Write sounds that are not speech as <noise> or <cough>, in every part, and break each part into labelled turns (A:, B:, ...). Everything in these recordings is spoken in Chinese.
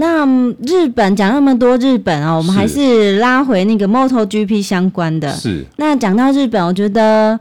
A: 像日本讲那么多日本啊、我们
B: 是
A: 还是拉回那个 MotoGP 相关的。
B: 是
A: 那讲到日本，我觉得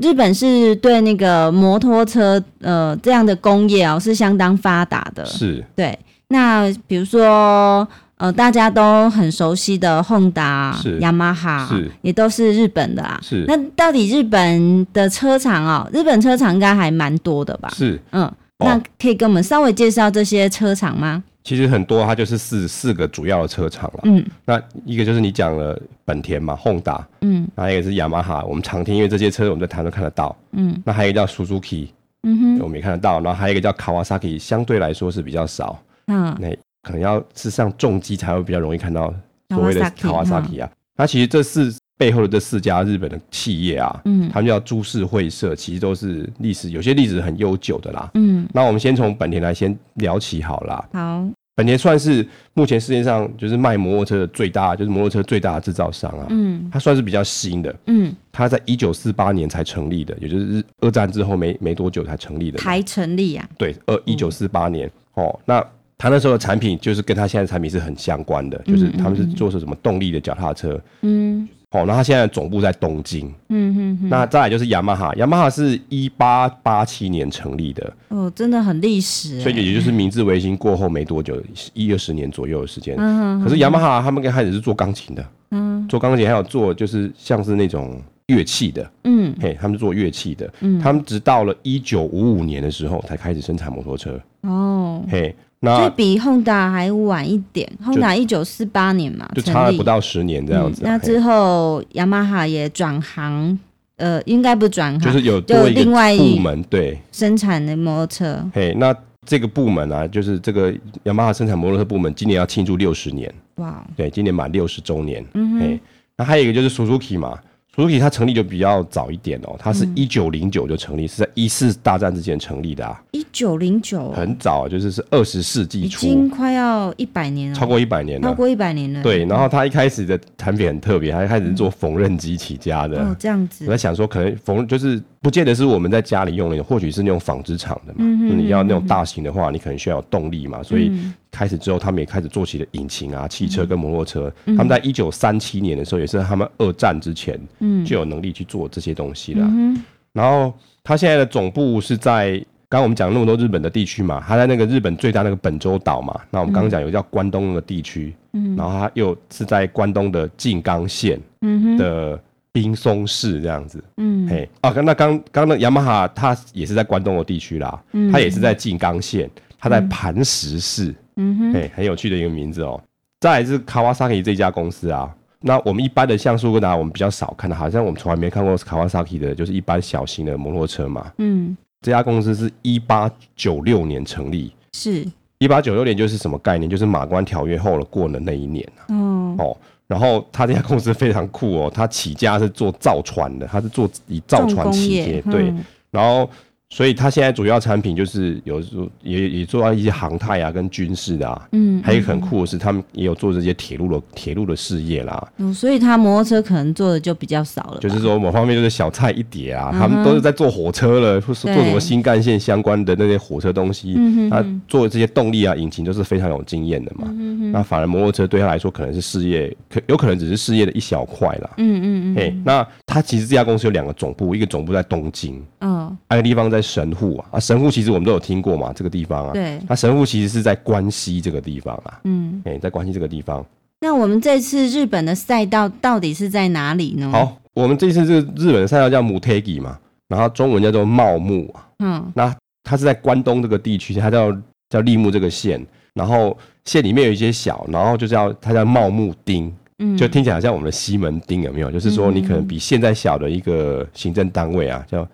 A: 日本是对那个摩托车呃这样的工业哦是相当发达的。
B: 是
A: 对，那比如说呃大家都很熟悉的 Honda
B: 是、
A: 雅马哈
B: 是，
A: 也都是日本的啦。
B: 是
A: 那到底日本的车厂哦，日本车厂应该还蛮多的吧？
B: 是，
A: 嗯，
B: 哦
A: 那可以跟我们稍微介绍这些车厂吗？
B: 其实很多它就是四四个主要的车厂了。
A: 嗯
B: 那一个就是你讲了本田嘛，Honda，
A: 嗯
B: 然后一个是雅马哈，我们常听，因为这些车我们在台湾都看得到。
A: 嗯
B: 那还有一个叫 Suzuki，
A: 嗯哼，
B: 我们也看得到，然后还有一个叫 Kawasaki，相对来说是比较少，
A: 嗯
B: 那可能要是上重机才会比较容易看到所谓的
A: Kawasaki，嗯
B: Kawasaki 啊。那其实这四背后的这四家日本的企业啊，
A: 嗯
B: 他们叫株式会社，其实都是历史有些历史很悠久的啦。
A: 嗯，
B: 那我们先从本田来先聊起好啦。
A: 好，
B: 本田算是目前世界上就是卖摩托车的最大，就是摩托车最大的制造商啊。
A: 嗯
B: 它算是比较新的，
A: 嗯，
B: 它在一九四八年才成立的，也就是日二战之后没没多久才成立的。
A: 台成立啊，
B: 对，二一九四八年哦，那它那时候的产品就是跟它现在的产品是很相关的，就是他们是做出什么动力的脚踏车。
A: 嗯
B: 哦，那它现在的总部在东京。
A: 嗯嗯嗯，
B: 那再来就是雅马哈，雅马哈是一八八七年成立的，
A: 哦，真的很历史、欸，
B: 所以也就是明治维新过后没多久，一二十年左右的时间。
A: 嗯
B: 可是雅马哈他们刚开始是做钢琴的，
A: 嗯
B: 做钢琴还有做就是像是那种乐器的，
A: 嗯
B: 嘿，他们是做乐器的，
A: 嗯
B: 他们直到了一九五五年的时候才开始生产摩托车，
A: 哦，
B: 嘿，
A: 所以
B: 那
A: 比 Honda 还晚一点，Honda 一九四八年嘛，
B: 就
A: 成
B: 差了
A: 立
B: 不到十年这样子
A: 嗯。那
B: 啊，嘿
A: 之后雅马哈也转行，呃，应该不是转行，
B: 就是有多
A: 就
B: 一个
A: 另外一
B: 部门，对，
A: 生产的摩托车
B: 嘿，那这个部门啊，就是这个雅马哈生产摩托车部门今年要庆祝六十年，
A: 哇，
B: 对，今年满六十周年，
A: 嗯
B: 嘿，那还有一个就是 Suzuki 嘛。Suzuki 它成立就比较早一点哦，它是
A: 嗯
B: 一九零九就成立，是在一次大战之前成立的啊。
A: 一九零九，
B: 很早，啊就是是二十世纪
A: 哦已
B: 初
A: 经，快要一百年了，
B: 超过一百年
A: 超
B: 了。
A: 过一百年了，嗯
B: 对，然后他一开始的产品很特别，他一开始是做缝纫机起家的。
A: 哦，这样
B: 我
A: 子，
B: 在想说，可能缝就是不见得是我们在家里用那种，或许是那种纺织厂的嘛。
A: 嗯
B: 你要那种大型的话，你可能需要有动力嘛。所以开始之后，他们也开始做起了引擎啊、汽
A: 嗯
B: 车跟摩托车。他们在一九三七年的时候，也是他们二战之前就有能力去做这些东西了啊。
A: 嗯
B: 然后它现在的总部是在刚刚我们讲那么多日本的地区嘛，它在那个日本最大那个本州岛嘛。那我们
A: 嗯
B: 刚刚讲有叫关东那个地区，嗯，然后它又是在关东的静冈县
A: 嗯哼，
B: 的滨松市这样子。
A: 嗯
B: 嘿，啊，那刚刚刚的雅马哈它也是在关东的地区啦，
A: 嗯
B: 它也是在静冈县，它在磐石市，
A: 嗯哼，
B: 哎、很有趣的一个名字哦。再来是 Kawasaki 这家公司啊，那我们一般的像素柯达，我们比较少看到，好像我们从来没看过 Kawasaki 的，就是一般小型的摩托车嘛。
A: 嗯，
B: 这家公司是一八九六年成立，
A: 是，
B: 一八九六年就是什么概念？就是马关条约后了过了那一年啊
A: 哦，
B: 哦。然后他这家公司非常酷哦，他 <laughs> 起家是做造船的，他是做以造
A: 重
B: 船
A: 工
B: 起
A: 业
B: 业，，对。
A: 嗯
B: 然后，所以他现在主要产品就是有做也也做到一些航太啊，跟军事的啊。
A: 嗯
B: 还有一个很酷的是，他们也有做这些铁路的铁路的事业啦，
A: 哦，所以他摩托车可能做的就比较少了吧，
B: 就是说某方面就是小菜一碟啊，
A: 嗯哼
B: 他们都是在做火车了，或是
A: 对
B: 做什么新干线相关的那些火车东西，
A: 嗯哼嗯
B: 他做这些动力啊、引擎都是非常有经验的嘛。那反而摩托车对他来说可能是事业，可有可能只是事业的一小块啦。
A: 嗯嗯
B: 嘿，那他其实这家公司有两个总部，一个总部在东京，
A: 嗯，哦，
B: 那个地方在神户啊，啊，神户其实我们都有听过嘛，这个地方啊，
A: 对
B: 那神户其实是在关西这个地方啊，
A: 嗯，
B: 哎、在关西这个地方。
A: 那我们这次日本的赛道到底是在哪里呢？，
B: 好，我们这次这个日本的赛道叫 Mutegi 嘛，然后中文叫做茂木啊，
A: 嗯
B: 那它是在关东这个地区，它叫叫立木这个县，然后县里面有一些小，然后就叫它叫茂木町，
A: 嗯，
B: 就听起来好像我们的西门町有没有？就是说你可能比现在小的一个行政单位啊，叫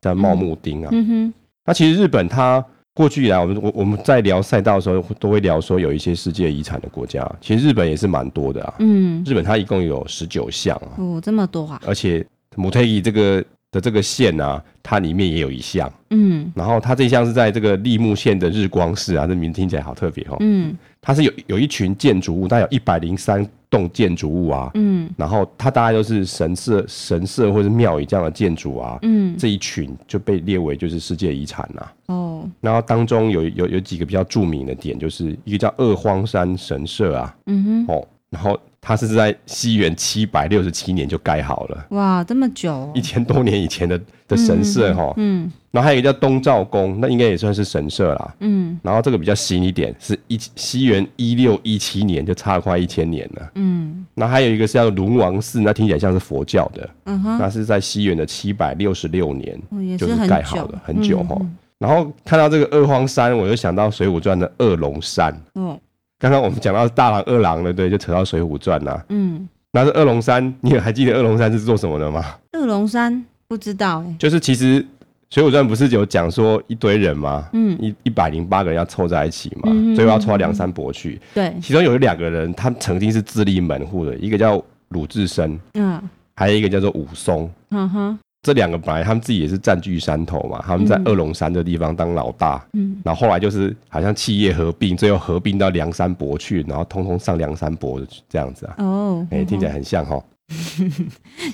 B: 叫茂木町啊，
A: 嗯哼，
B: 那其实日本它过去以来，我们我我们在聊赛道的时候，都会聊说有一些世界遗产的国家，啊其实日本也是蛮多的啊。
A: 嗯，
B: 日本它一共有十九项啊，
A: 哦，这么多啊，
B: 而且母特伊这个的这个县啊，它里面也有一项。
A: 嗯
B: 然后它这一项是在这个立木县的日光市啊，这名字听起来好特别哦。
A: 嗯
B: 它是有有一群建筑物，大概有一百零三栋建筑物啊，
A: 嗯
B: 然后它大概都是神社、神社或是庙宇这样的建筑啊，
A: 嗯
B: 这一群就被列为就是世界遗产啦、
A: 哦
B: 然后当中有有有几个比较著名的点，就是一个叫二荒山神社啊，
A: 嗯
B: 哦，然后它是在西元七百六十七年就盖好了，
A: 哼哇这么久哦
B: 一千多年以前的的神社哈、哦。
A: 嗯
B: 然后还有一个叫东照宫，那应该也算是神社啦。
A: 嗯
B: 然后这个比较新一点，是一西元一六一七年，就差快一千年了。
A: 嗯
B: 那还有一个是叫龙王寺，那听起来像是佛教的，
A: 嗯哼
B: 那是在西元的七百六十六年，
A: 哦也
B: 就是
A: 很
B: 盖
A: 久
B: 好了，很久哈、
A: 嗯
B: 然后看到这个二荒山，我就想到《水浒传》的二龙山。
A: 嗯哦
B: 刚刚我们讲到大郎、二郎了，对，就扯到《水浒传》啦。
A: 嗯
B: 那这二龙山，你有还记得二龙山是做什么的吗？
A: 二龙山不知道哎
B: 就是其实《水浒传》不是有讲说一堆人吗？
A: 嗯
B: 一一百零八个人要凑在一起嘛，
A: 嗯嗯
B: 最后要凑到梁山伯去。
A: 对
B: 其中有两个人，他曾经是自立门户的，一个叫鲁智深，
A: 嗯
B: 还有一个叫做武松。
A: 嗯哼
B: 这两个本来他们自己也是占据山头嘛，他们在
A: 嗯
B: 二龙山这地方当老大，
A: 嗯
B: 然后后来就是好像企业合并，最后合并到梁山伯去，然后通通上梁山伯这样子啊，
A: 哦
B: 哎、听起来很像哈。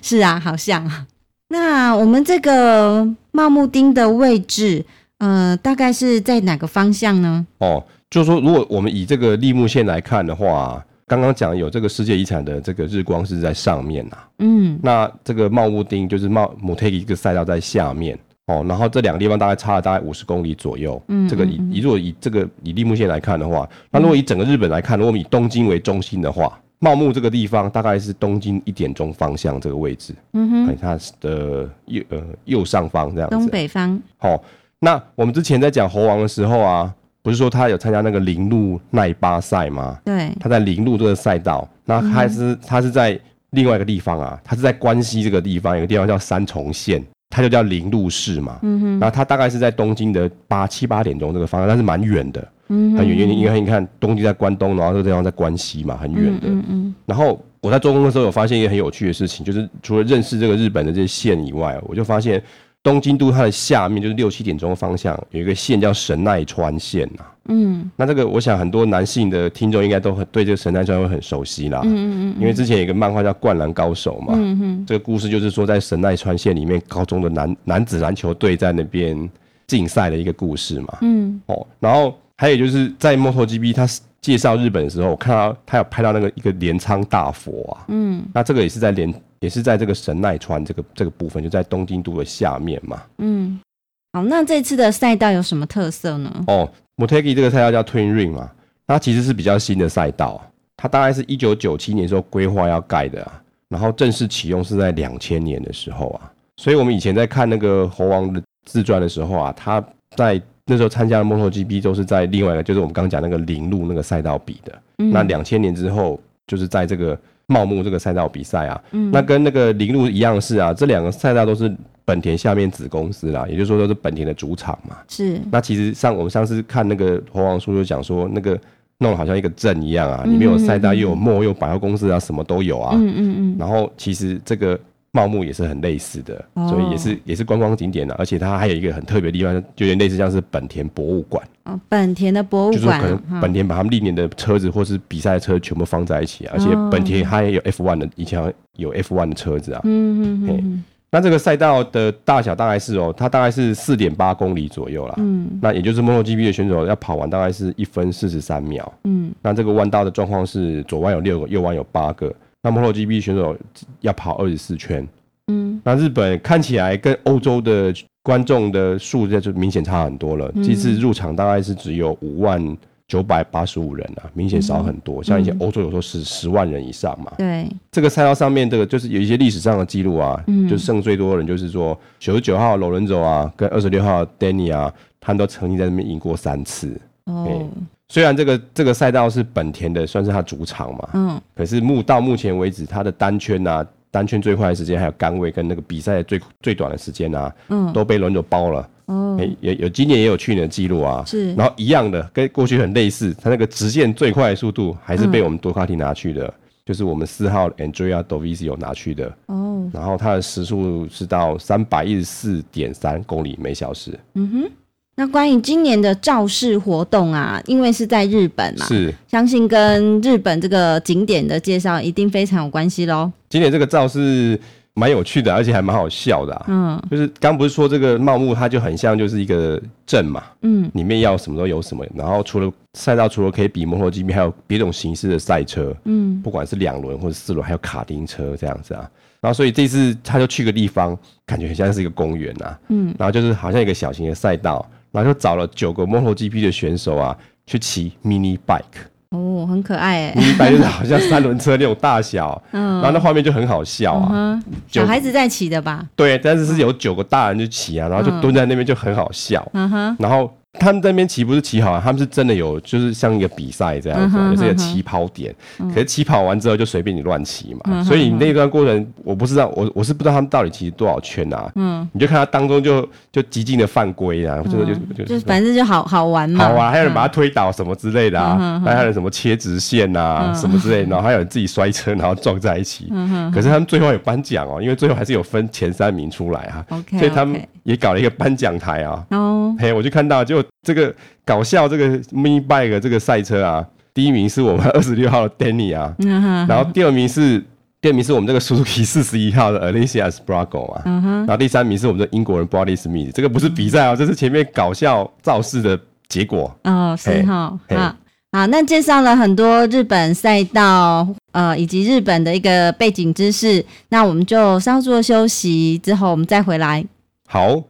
A: 是啊，好像啊。那我们这个茂木町的位置，呃，大概是在哪个方向呢？
B: 哦，就是说，如果我们以这个立木线来看的话，刚刚讲有这个世界遗产的这个日光是在上面呐、
A: 嗯
B: 那这个茂屋町就是茂母特一个赛道在下面哦，然后这两个地方大概差了大概五十公里左右。
A: 嗯
B: 这个以以如果以这个以立木线来看的话，那如果以整个日本来看，如果我们以东京为中心的话，茂木这个地方大概是东京一点钟方向这个位置，
A: 嗯哼，
B: 哎、它的右呃右上方这样子。
A: 东北方。
B: 好、那我们之前在讲猴王的时候啊，不是说他有参加那个铃鹿耐巴赛吗？
A: 对，
B: 他在铃鹿这个赛道，那
A: 嗯
B: 他是、他是在另外一个地方啊，他是在关西这个地方，有个地方叫三重县，它就叫铃鹿市嘛。
A: 嗯哼，
B: 然后他大概是在东京的八七八点钟这个方向，但是蛮远的，
A: 嗯哼，
B: 很远。因为你因为你看东京在关东，然后这个地方在关西嘛，很远的。
A: 嗯嗯
B: 然后我在做功课的时候有发现一个很有趣的事情，就是除了认识这个日本的这些县以外，我就发现东京都它的下面就是六七点钟的方向有一个县叫神奈川县啊呐、
A: 嗯
B: 那这个我想很多男性的听众应该都很对这个神奈川会很熟悉啦，
A: 嗯嗯嗯
B: 因为之前有一个漫画叫《灌篮高手》嘛，
A: 嗯嗯，
B: 这个故事就是说在神奈川县里面高中的男男子篮球队在那边竞赛的一个故事嘛。
A: 嗯
B: 哦，然后还有就是在 MotoGP 他介绍日本的时候，我看到他有拍到那个一个镰仓大佛啊，
A: 嗯
B: 那这个也是在镰，也是在这个神奈川这个这个部分，就在东京都的下面嘛。
A: 嗯。好，那这次的赛道有什么特色呢？
B: 哦 m o t e g i 这个赛道叫 Twin Ring 嘛，它其实是比较新的赛道，它大概是一九九七年时候规划要盖的啊，然后正式启用是在两千年的时候啊，所以我们以前在看那个猴王的自传的时候啊，他在那时候参加的 MotoGP 都是在另外一个，就是我们刚刚讲那个零路那个赛道比的。
A: 嗯
B: 那两千年之后，就是在这个茂木这个赛道比赛啊，
A: 嗯
B: 那跟那个铃鹿一样是啊，这两个赛道都是本田下面子公司啦，也就是说都是本田的主场嘛。
A: 是
B: 那其实上我们上次看那个猴王叔就讲说，那个弄得好像一个镇一样啊，
A: 嗯
B: 里面有赛道，又有墨，又有百货公司啊，什么都有啊。
A: 嗯嗯嗯
B: 然后其实这个茂木也是很类似的，
A: 哦
B: 所以也是也是观光景点的、啊而且它还有一个很特别的地方，就有点类似像是本田博物馆。
A: 哦，本田的博物
B: 就是
A: 馆
B: 可
A: 啊
B: 能
A: 哈
B: 本田把他们历年的车子或是比赛的车全部放在一起啊，而且
A: 哦
B: 本田它也有 F1 的，以前好像有 F1 的车子啊。
A: 嗯嗯
B: 嘿
A: 嗯
B: 那这个赛道的大小大概是哦，它大概是四点八公里左右啦。
A: 嗯
B: 那也就是 MotoGP 的选手要跑完大概是一分四十三秒。
A: 嗯
B: 那这个弯道的状况是左弯有六个，右弯有八个。那 MotoGP 选手要跑二十四圈。
A: 嗯
B: 那日本看起来跟欧洲的观众的数量就明显差很多了。
A: 嗯
B: 这次入场大概是只有五万九百八十五人啊，明显少很
A: 嗯
B: 多。像以前欧洲有时候是十万人以上嘛。
A: 对
B: 这个赛道上面这个就是有一些历史上的记录啊，
A: 嗯
B: 就剩最多的人就是说九十九号罗伦佐啊，跟二十六号 Danny 啊，他们都曾经在那边赢过三次。
A: 哦
B: 虽然这个这个赛道是本田的，算是他主场嘛，
A: 嗯
B: 可是目到目前为止，他的单圈啊，单圈最快的时间，还有杆位跟那个比赛最最短的时间啊，
A: 嗯
B: 都被轮轴包了。
A: 哦
B: 诶也有今年也有去年的记录啊，
A: 是
B: 然后一样的，跟过去很类似，他那个直线最快的速度还是被
A: 嗯
B: 我们多卡迪拿去的，就是我们四号 Andrea Dovizio 拿去的。
A: 哦
B: 然后他的时速是到三百一十四点三公里每小时。
A: 嗯哼，那关于今年的造势活动啊，因为是在日本嘛，
B: 是
A: 相信跟日本这个景点的介绍一定非常有关系喽。
B: 今年这个照是蛮有趣的，而且还蛮好笑的、啊。
A: 嗯
B: 就是刚不是说这个茂木它就很像就是一个镇嘛，
A: 嗯
B: 里面要什么都有什么。然后除了赛道，除了可以比摩托 GP，还有别种形式的赛车，
A: 嗯
B: 不管是两轮或者四轮，还有卡丁车这样子啊。然后所以这次他就去个地方，感觉很像是一个公园啊，
A: 嗯，
B: 然后就是好像一个小型的赛道，然后就找了九个 MotoGP 的选手啊，去骑 mini
A: <laughs>
B: bike，mini
A: 哦，很可爱哎、
B: bike 就是好像三轮车那种大小，
A: 嗯
B: 然后那画面就很好笑啊，
A: 嗯哼，
B: 就
A: 小孩子在骑的吧？
B: 对，但是是有九个大人就骑啊，然后就蹲在那边就很好笑，
A: 嗯哼，
B: 然后他们在那边骑不是骑好啊，他们是真的有就是像一个比赛这样子、啊，
A: 嗯哼
B: 有这个
A: 嗯哼嗯
B: 起跑点。可是起跑完之后就随便你乱骑嘛，
A: 嗯哼
B: 所以那段过程我不知道，我我是不知道他们到底骑多少圈啊。
A: 嗯，
B: 你就看他当中就就极尽的犯规啊，就是就
A: 就反正就好好玩嘛。
B: 好啊，还有人把他推倒什么之类的
A: 嗯哼
B: 啊
A: 嗯，哼
B: 还有人什么切直线啊
A: 嗯
B: 什么之类的，然后还有人自己摔车然后撞在一起。
A: 嗯哼
B: 可是他们最后有颁奖哦，因为最后还是有分前三名出来啊，
A: ，OK，
B: 所以他们
A: OK
B: 也搞了一个颁奖台啊，
A: 哦，
B: <laughs> 嘿，我就看到，就这个搞笑这个 mini bike 这个赛车啊，第一名是我们二 <laughs> 十六号的 Danny 啊，
A: 嗯哼，
B: 然后第二名是第二名是我们这个 Suzuki 四十一号的 Alicia Sprago 啊，
A: 嗯哼，
B: 然后第三名是我们的英国人 Body Smith，这个不是比赛啊，这是前面搞笑造势的结果。
A: 哦，是
B: 嘿
A: 哈，
B: 嘿
A: 好，好，那介绍了很多日本赛道，呃，以及日本的一个背景知识，那我们就稍作休息之后，我们再回来。
B: 好，